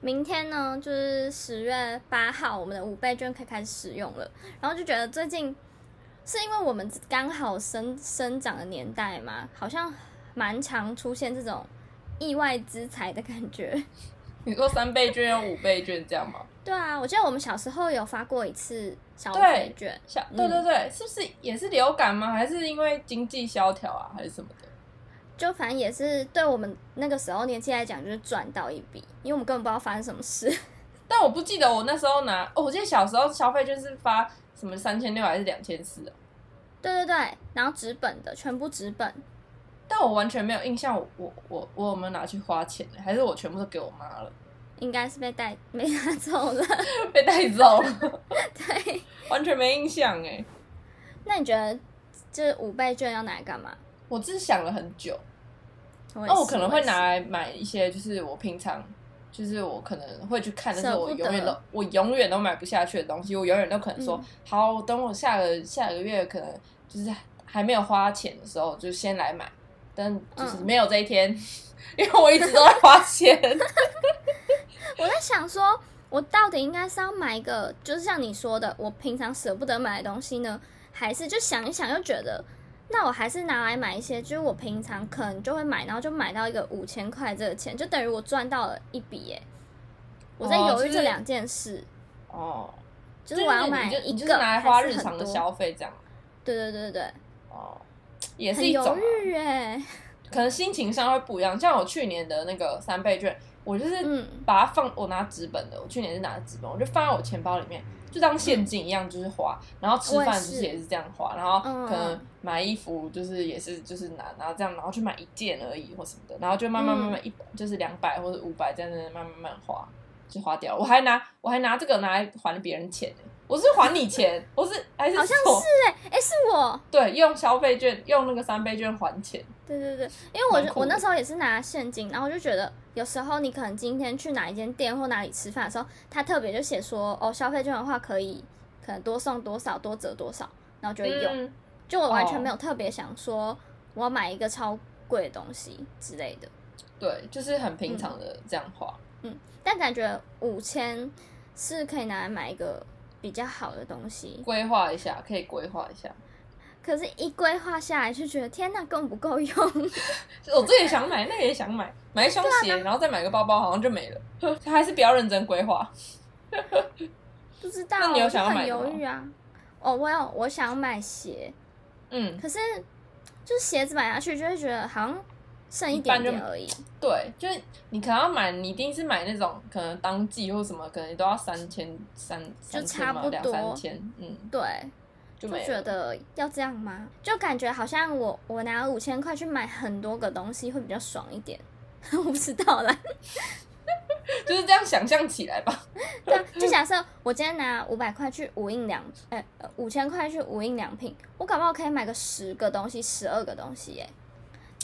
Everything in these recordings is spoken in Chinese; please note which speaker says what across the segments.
Speaker 1: 明天呢，就是十月八号，我们的五倍券可以开始使用了。然后就觉得最近是因为我们刚好生生长的年代嘛，好像蛮常出现这种意外之财的感觉。
Speaker 2: 你说三倍券有五倍券这样吗？
Speaker 1: 对啊，我记得我们小时候有发过一次消费券，
Speaker 2: 小对对对，是不是也是流感吗？还是因为经济萧条啊，还是什么的？
Speaker 1: 就反正也是对我们那个时候年纪来讲，就是赚到一笔，因为我们根本不知道发生什么事。
Speaker 2: 但我不记得我那时候拿，哦，我记得小时候消费券是发什么三千六还是两千四啊？
Speaker 1: 对对对，然后纸本的全部纸本，
Speaker 2: 但我完全没有印象我，我我我有没有拿去花钱、还是我全部都给我妈了，
Speaker 1: 应该是被带没拿走了。
Speaker 2: 被带走了，
Speaker 1: 对，
Speaker 2: 完全没印象哎、
Speaker 1: 那你觉得这五倍券要拿来干嘛？
Speaker 2: 我只是想了很久，
Speaker 1: 我也
Speaker 2: 哦那我
Speaker 1: 是
Speaker 2: 可能会。拿
Speaker 1: 也是
Speaker 2: 来买一些，就是我平常，就是我可能会去看，但是
Speaker 1: 舍不
Speaker 2: 我永远
Speaker 1: 得
Speaker 2: 都我永远都买不下去的东西，我永远都可能说，
Speaker 1: 嗯
Speaker 2: 好，等我下个下个月可能就是还没有花钱的时候，就先来买，但就是
Speaker 1: 嗯
Speaker 2: 没有这一天，因为我一直都在花 钱。
Speaker 1: 我在想说，我到底应该是要买一个，就是像你说的，我平常舍不得买的东西呢，还是就想一想又觉得，那我还是拿来买一些，就是我平常可能就会买，然后就买到一个五千块这个钱，就等于我赚到了一笔耶。我在
Speaker 2: 哦
Speaker 1: 犹
Speaker 2: 就
Speaker 1: 豫这
Speaker 2: 是
Speaker 1: 两件事，
Speaker 2: 哦，
Speaker 1: 就是我要
Speaker 2: 你
Speaker 1: 买
Speaker 2: 就
Speaker 1: 一
Speaker 2: 你就是
Speaker 1: 个
Speaker 2: 拿来
Speaker 1: 还
Speaker 2: 花
Speaker 1: 是
Speaker 2: 日
Speaker 1: 很
Speaker 2: 常的
Speaker 1: 多
Speaker 2: 消费这样。
Speaker 1: 对对对对
Speaker 2: 哦，也
Speaker 1: 对，
Speaker 2: 是
Speaker 1: 很
Speaker 2: 一种、
Speaker 1: 犹
Speaker 2: 啊。
Speaker 1: 豫耶。
Speaker 2: 可能心情上会不一样。像我去年的那个三倍券，我就是
Speaker 1: 嗯
Speaker 2: 把它放，我拿纸本的，我去年是拿纸本，我就放在我钱包里面，就当现金一样就是花。然后吃
Speaker 1: 我也
Speaker 2: 饭就是
Speaker 1: 是
Speaker 2: 也是这样花，然后
Speaker 1: 嗯
Speaker 2: 可能买衣服就是也是就是拿拿这样，然后去买一件而已或什么的，然后就慢慢
Speaker 1: 嗯
Speaker 2: 慢慢一、就是两百或者五百这样子慢慢慢慢花，就花掉了。我还 拿我还拿这个拿来还别人钱呢、我是还你钱，我是 还是
Speaker 1: 好像
Speaker 2: 我
Speaker 1: 是哎、哎、是我，
Speaker 2: 对用消费券用那个三倍券还钱，
Speaker 1: 对对对，因为我
Speaker 2: 蛮
Speaker 1: 就
Speaker 2: 酷
Speaker 1: 我那
Speaker 2: 的
Speaker 1: 时候也是拿现金，然后我就觉得有时候你可能今天去哪一间店或哪里吃饭的时候，他特别就写说哦消费券的话可以可能多送多少多折多少，然后就会用。
Speaker 2: 嗯
Speaker 1: 就我完全
Speaker 2: 哦
Speaker 1: 没有特别想说我要买一个超贵的东西之类的，
Speaker 2: 对，就是很平
Speaker 1: 嗯
Speaker 2: 常的这样花。
Speaker 1: 但感觉五千是可以拿来买一个比较好的东西，
Speaker 2: 规划一下，可以规划一下。
Speaker 1: 可是一规划下来就觉得天呐，根本不够用。
Speaker 2: 我这也想买，那也想买，买一双
Speaker 1: 啊
Speaker 2: 鞋，然后再买个包包，好像就没了。 还是不要认真规划。
Speaker 1: 不知道，
Speaker 2: 那你有
Speaker 1: 我就
Speaker 2: 想要
Speaker 1: 很
Speaker 2: 买的
Speaker 1: 犹
Speaker 2: 吗
Speaker 1: 豫啊。哦，我有，我想买鞋，
Speaker 2: 嗯，
Speaker 1: 可是就是鞋子买下去就会觉得好像剩一点点而已。
Speaker 2: 对，就是你可能要买，你一定是买那种可能当季或什么，可能都要三千三，
Speaker 1: 就
Speaker 2: 三千
Speaker 1: 差
Speaker 2: 嘛
Speaker 1: 不
Speaker 2: 两
Speaker 1: 多
Speaker 2: 三千，嗯，
Speaker 1: 对，
Speaker 2: 就
Speaker 1: 就
Speaker 2: 没
Speaker 1: 觉
Speaker 2: 了。
Speaker 1: 得要这样吗？就感觉好像我我拿五千块去买很多个东西会比较爽一点。 我不知道啦，
Speaker 2: 就是这样想象起来吧。
Speaker 1: 对啊，就假设我今天拿五百块去无印良，哎、五千块去无印良品，我搞不好可以买个十个东西、十二个东西、耶，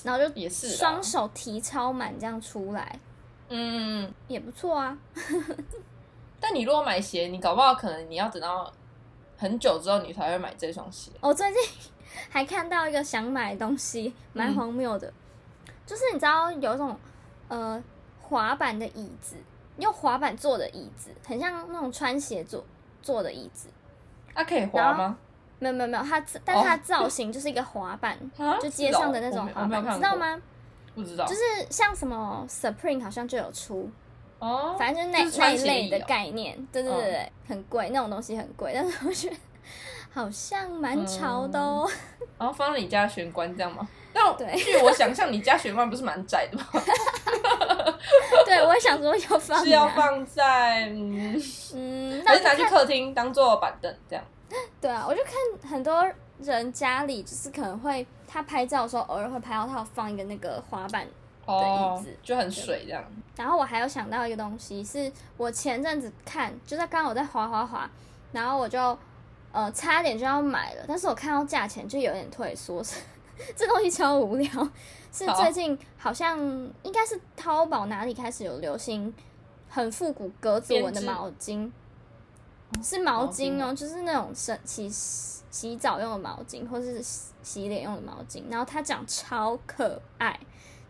Speaker 1: 然后就
Speaker 2: 也是啦
Speaker 1: 双手提超满这样出来
Speaker 2: 嗯，嗯嗯
Speaker 1: 也不错啊。
Speaker 2: 但你如果买鞋，你搞不好可能你要等到很久之后，你才会买这双鞋。
Speaker 1: 我最近 还看到一个想买的东西，蛮
Speaker 2: 嗯
Speaker 1: 荒谬的，就是你知道有一种呃滑板的椅子，用滑板做的椅子，很像那种穿鞋做做的椅子。
Speaker 2: 啊，可以
Speaker 1: 然
Speaker 2: 滑
Speaker 1: 后
Speaker 2: 吗？
Speaker 1: 没有没有没有，它但是它造型就是一个滑 板，
Speaker 2: 啊
Speaker 1: 就街
Speaker 2: 哦是哦
Speaker 1: 上的那
Speaker 2: 我
Speaker 1: 种
Speaker 2: 没
Speaker 1: 滑
Speaker 2: 我没有
Speaker 1: 板，
Speaker 2: 看
Speaker 1: 知道
Speaker 2: 过
Speaker 1: 吗？
Speaker 2: 不知道，
Speaker 1: 就是像什么 Supreme 好像就有出，
Speaker 2: 哦，
Speaker 1: 反正就是那
Speaker 2: 就是
Speaker 1: 那
Speaker 2: 穿
Speaker 1: 一
Speaker 2: 鞋
Speaker 1: 类
Speaker 2: 椅
Speaker 1: 的
Speaker 2: 哦嗯
Speaker 1: 概念，对对对对，很贵，那种东西很贵，但 是我觉得好像蛮潮的
Speaker 2: 嗯
Speaker 1: 哦。
Speaker 2: 然后放到你家的玄关这样吗？但我
Speaker 1: 对
Speaker 2: 据我想象，你家玄关不是蛮窄的吗？
Speaker 1: 对，我也想说要 放哪，
Speaker 2: 是要放在嗯，
Speaker 1: 嗯，那
Speaker 2: 还
Speaker 1: 我
Speaker 2: 是
Speaker 1: 就
Speaker 2: 拿去
Speaker 1: 看
Speaker 2: 客厅当做板凳这样？
Speaker 1: 对啊，我就看很多人家里就是可能会他拍照的时候，偶尔会拍到他有放一个那个滑板。
Speaker 2: 哦
Speaker 1: 椅子，
Speaker 2: 就很水这样。
Speaker 1: 然后我还有想到一个东西，是我前阵子看，就在刚好我在滑滑滑，然后我就呃差点就要买了，但是我看到价钱就有点退缩，是这东西超无聊。是
Speaker 2: 好
Speaker 1: 最近好像应该是淘宝哪里开始有流行很复古格子纹的
Speaker 2: 编织
Speaker 1: 毛巾，是毛巾
Speaker 2: 毛巾
Speaker 1: 哦，就是那种洗洗洗澡用的毛巾，或是洗洗脸用的毛巾。然后它长超可爱，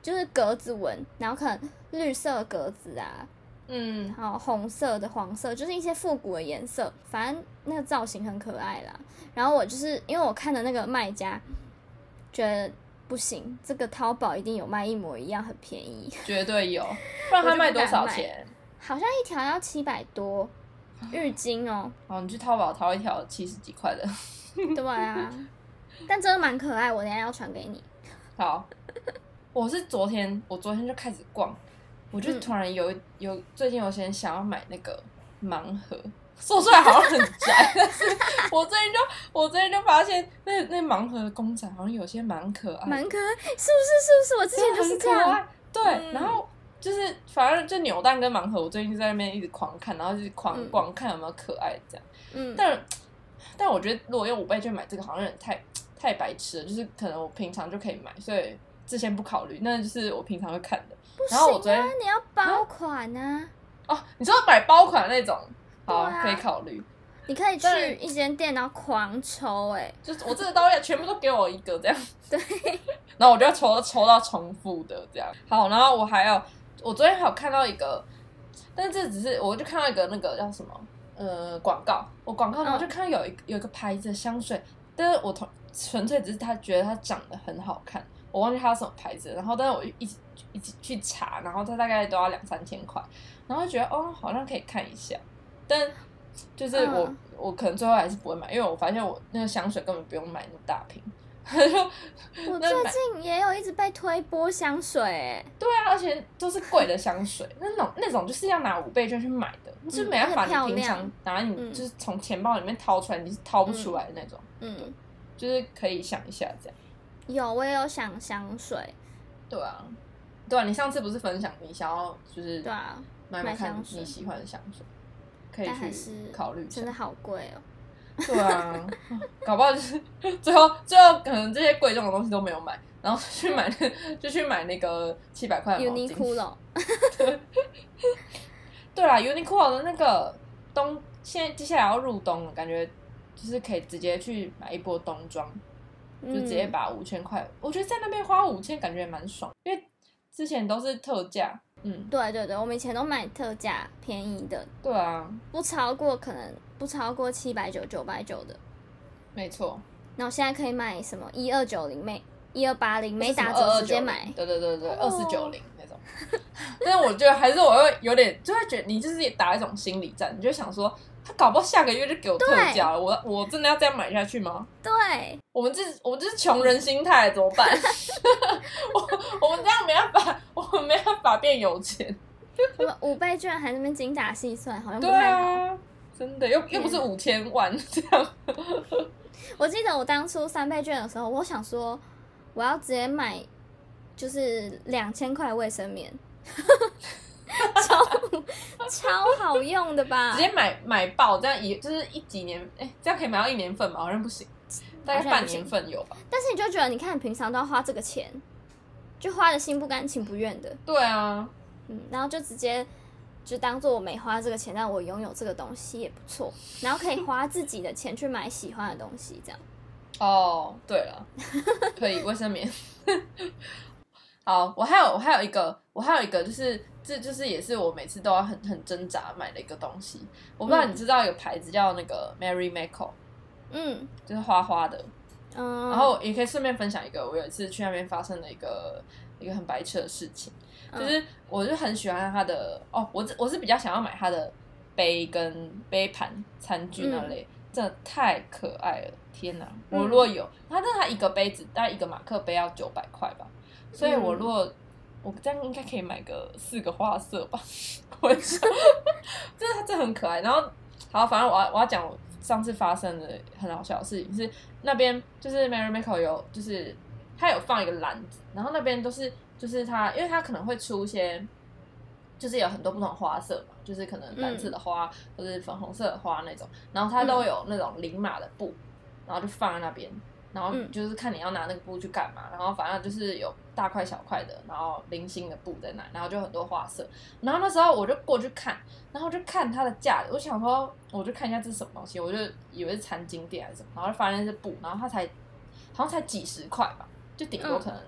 Speaker 1: 就是格子纹，然后可能绿色格子啊，
Speaker 2: 嗯，
Speaker 1: 然后红色的、黄色，就是一些复古的颜色。反正那个造型很可爱啦。然后我就是因为我看的那个卖家，觉得不行，这个淘宝一定有卖一模一样，很便宜，
Speaker 2: 绝对有，不然它卖多少
Speaker 1: 我就不敢买
Speaker 2: 钱？
Speaker 1: 好像一条要七百多，浴巾哦，
Speaker 2: 哦，你去淘宝淘一条七十几块的，
Speaker 1: 对啊。但真的蛮可爱，我等一下要传给你。
Speaker 2: 好， 我是昨天，我昨天就开始逛，我就
Speaker 1: 嗯
Speaker 2: 突然有有最近有些人想要买那个盲盒，说出来好像很宅， 但是我最近就我最近就发现那那盲盒的公仔好像有些蛮可爱的，
Speaker 1: 蛮可爱，是不是？是不是？我之前
Speaker 2: 真的
Speaker 1: 就是
Speaker 2: 很
Speaker 1: 这
Speaker 2: 可
Speaker 1: 样。
Speaker 2: 爱。哦对，
Speaker 1: 嗯
Speaker 2: 然后就是反正就扭蛋跟盲盒，我最近就在那边一直狂看，然后就是狂
Speaker 1: 嗯
Speaker 2: 逛、看有没有可爱这样。
Speaker 1: 嗯，
Speaker 2: 但但我觉得如果用五倍券买这个，好像有点太太白痴了。就是可能我平常就可以买，所以这先不考虑。那就是我平常会看的。
Speaker 1: 啊
Speaker 2: 然后我昨天
Speaker 1: 那你要包款啊，
Speaker 2: 哦，你说买包款那种，好、
Speaker 1: 对啊
Speaker 2: 可以考虑。
Speaker 1: 你可以去
Speaker 2: 当然
Speaker 1: 一间店然后狂抽、欸，
Speaker 2: 就是我这个刀要全部都给我一个这样。
Speaker 1: 对。
Speaker 2: 然后我就要抽抽到重复的这样。好，然后我还有，我昨天还有看到一个，但这只是我就看到一个那个叫什么呃广告，我广告然后
Speaker 1: 嗯
Speaker 2: 就看到有一个、有一个牌子的香水，但是我同纯粹只是他觉得它长得很好看，我忘记它是什么牌子了，然后但是我一直一直去查，然后它大概都要两三千块，然后就觉得哦好像可以看一下，但就是我、
Speaker 1: 嗯
Speaker 2: 我可能最后还是不会买，因为我发现我那个香水根本不用买那么大瓶。
Speaker 1: 哎，我
Speaker 2: 那
Speaker 1: 最
Speaker 2: 买
Speaker 1: 近也有一直被推波香水、欸，
Speaker 2: 对啊，而且都是贵的香水， 那种那种就是要拿五倍券去买的，就是没办
Speaker 1: 而嗯且漂
Speaker 2: 法，你平常
Speaker 1: 亮
Speaker 2: 拿你、
Speaker 1: 嗯
Speaker 2: 就是从钱包里面掏出来，你是掏不出来的那种，
Speaker 1: 嗯，
Speaker 2: 就是可以想一下这样。
Speaker 1: 有，我也有想香水，
Speaker 2: 对啊，对啊，你上次不是分享你想要就是
Speaker 1: 对啊，
Speaker 2: 买
Speaker 1: 买
Speaker 2: 买看
Speaker 1: 香水
Speaker 2: 你喜欢的香水，可以
Speaker 1: 但还
Speaker 2: 去
Speaker 1: 是
Speaker 2: 考虑一下
Speaker 1: 真。的好贵哦、
Speaker 2: 对啊， 搞不好就是最后最后可能这些贵重的东西都没有买，然后去买 就去买那个七百块的毛巾。
Speaker 1: Uniqlo，
Speaker 2: 对啦，Uniqlo 的那个冬，现在接下来要入冬了，感觉就是可以直接去买一波冬装，就直接
Speaker 1: 嗯
Speaker 2: 把五千块，我觉得在那边花五千感觉也蛮爽，因为之前都是特价，嗯，
Speaker 1: 对对对，我们以前都买特价便宜的，
Speaker 2: 对啊，
Speaker 1: 不超过可能不超过七百九、九百九的，
Speaker 2: 没错，
Speaker 1: 那我现在可以买什么一二九零每一二八零没
Speaker 2: 就是
Speaker 1: 打
Speaker 2: 什么
Speaker 1: 折直接
Speaker 2: 2290
Speaker 1: 买，
Speaker 2: 对对对对，
Speaker 1: 哦
Speaker 2: 二四九零那种。但是我觉得还是我会有点，就会觉得你就是也打一种心理战，你就想说他搞不好下个月就给我特
Speaker 1: 对
Speaker 2: 价了，我我真的要这样买下去吗？
Speaker 1: 对，
Speaker 2: 我们这我们这是穷人心态，怎么办？ 我我们这样没办法，我们没办法变有钱。
Speaker 1: 我们五倍券还在那边精打细算，好像不
Speaker 2: 对
Speaker 1: 太好。嗯
Speaker 2: 啊，真的又又不是五千万 这样。
Speaker 1: 我记得我当初三倍券的时候，我想说我要直接买就是两千块卫生棉， 超超好用的吧？
Speaker 2: 直接买买爆，这样一就是一几年，哎、这样可以买到一年份吗？好像不行，大概半年份有吧。
Speaker 1: 但是你就觉得，你看你平常都要花这个钱，就花的心不甘情不愿的，
Speaker 2: 对啊，
Speaker 1: 嗯，然后就直接就当做我没花这个钱，但我拥有这个东西也不错，然后可以花自己的钱去买喜欢的东西，这样。
Speaker 2: 哦，对了，可以卫生棉。 好，我还有我还有一个，我还有一个就是这就是也是我每次都要很很挣扎买的一个东西。我不知道
Speaker 1: 嗯
Speaker 2: 你知道有牌子叫那个 Mary m a c o
Speaker 1: 嗯
Speaker 2: 就是花花的。
Speaker 1: 嗯，
Speaker 2: 然后也可以顺便分享一个，我有一次去那边发生的一个一个很白痴的事情，就
Speaker 1: 嗯
Speaker 2: 是我就很喜欢它的哦，我是我是比较想要买它的杯跟杯盘餐具那
Speaker 1: 嗯
Speaker 2: 类，真的太可爱了，天哪！我如果有它，但它一个杯子大概一个马克杯要九百块吧，所以
Speaker 1: 嗯
Speaker 2: 我如果、我这样应该可以买个四个花色吧， 我也想，真的它真的很可爱。然后好，反正我要我要讲我上次发生的很好笑的事情是，那边就是 Mary Michael 有就是他有放一个篮子，然后那边都是就是他，因为他可能会出一些，就是有很多不同的花色嘛，就是可能蓝色的花、或者是粉红色的花那种，然后它都有那种零码的布，然后就放在那边。然后
Speaker 1: 嗯
Speaker 2: 就是看你要拿那个布去干嘛，然后反正就是有大块小块的，然后零星的布在那，然后就很多花色。然后那时候我就过去看，然后我就看它的价，我想说，我就看一下这是什么东西，我就以为是餐巾垫还是什么，然后就发现是布，然后它才好像才几十块吧，就顶
Speaker 1: 嗯
Speaker 2: 多可能、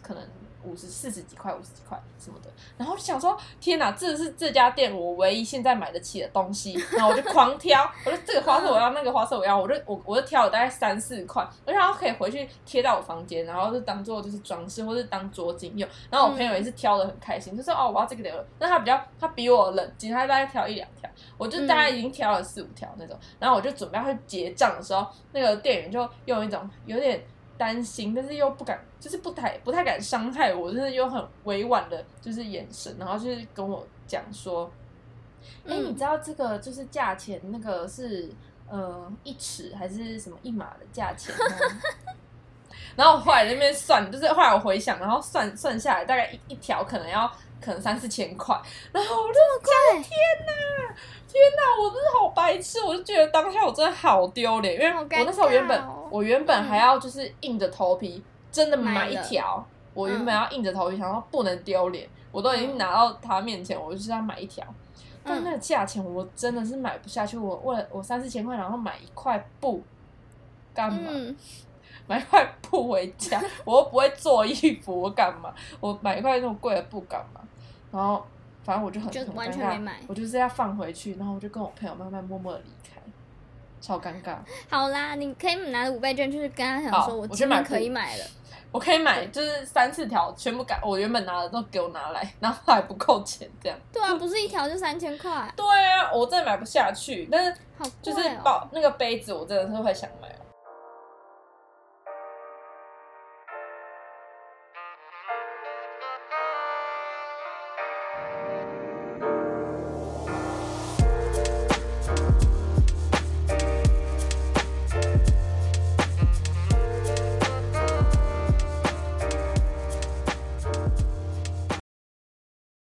Speaker 2: 可能五十四十几块、五十几块什么的，然后就想说天哪，这是这家店我唯一现在买得起的东西，然后我就狂挑，我就这个花色我要，那个花色我要，我就我我就挑了大概三四块，我想要可以回去贴到我房间，然后就当做就是装饰或是当桌巾用。然后我朋友也是挑的很开心，就说哦我要这个的，但他比较他比我冷静，他大概挑一两条，我就大概已经挑了四五条那种，然后我就准备要去结账的时候，那个店员就用一种有点担心，但是又不敢，就是不太不太敢伤害我，就是又很委婉的，就是眼神，然后就是跟我讲说，哎、
Speaker 1: 嗯
Speaker 2: 你知道这个就是价钱，那个是呃一尺还是什么一码的价钱吗？ 然后我后来在那边算，就是后来我回想，然后算算下来，大概一一条可能要可能三四千块，然后我就
Speaker 1: 对，
Speaker 2: 天哪，我真的好白痴！我就觉得当下我真的好丢脸，因为
Speaker 1: 好
Speaker 2: 我
Speaker 1: 尴尬哦嗯
Speaker 2: 那时候原本、我原本还要就是硬着头皮真的买一条，我原
Speaker 1: 嗯
Speaker 2: 本要硬着头皮想说不能丢脸，我都已经拿到他面前，我就是要买一条。
Speaker 1: 嗯
Speaker 2: 但那个价钱我真的是买不下去，我为了我三四千块，然后买一块布干嘛？
Speaker 1: 嗯，
Speaker 2: 买一块布回家， 我又不会做衣服，我干嘛？我买一块那种贵的布干嘛？然后反正我就很
Speaker 1: 就
Speaker 2: 很
Speaker 1: 完全
Speaker 2: 尴尬
Speaker 1: 没买
Speaker 2: 我就是要放回去，然后我就跟我朋友慢慢默默的离开，超尴 尬。
Speaker 1: 好啦，你可以拿五倍券，就是跟他讲
Speaker 2: 好
Speaker 1: 说，
Speaker 2: 我去
Speaker 1: 今
Speaker 2: 买
Speaker 1: 天可
Speaker 2: 布
Speaker 1: 以买了，
Speaker 2: 我可以买就是三四条，全部改，我原本拿的都给我拿来，然后还不够钱这样。
Speaker 1: 对啊，不是一条就三千块，
Speaker 2: 对啊，我真的买不下去，但是
Speaker 1: 好
Speaker 2: 就
Speaker 1: 贵
Speaker 2: 是
Speaker 1: 哦。
Speaker 2: 包那个杯子，我真的是会想买。